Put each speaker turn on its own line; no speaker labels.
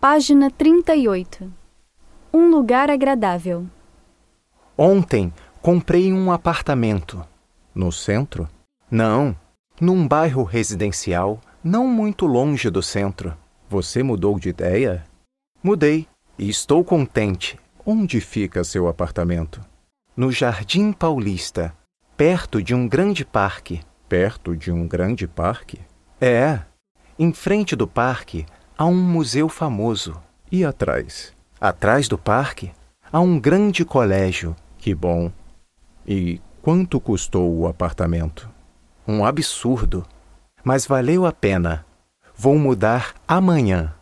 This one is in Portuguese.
Página 38. Um lugar agradável.
Ontem comprei um apartamento. No centro? Não, num bairro residencial não muito longe do centro. Você mudou de ideia? Mudei e estou contente. Onde fica seu apartamento? No Jardim Paulista, perto de um grande parque. Perto de um grande parque? É. Em frente do parque há um museu famoso. E atrás? Atrás do parque há um grande colégio. Que bom. E quanto custou o apartamento? Um absurdo. Mas valeu a pena. Vou mudar amanhã.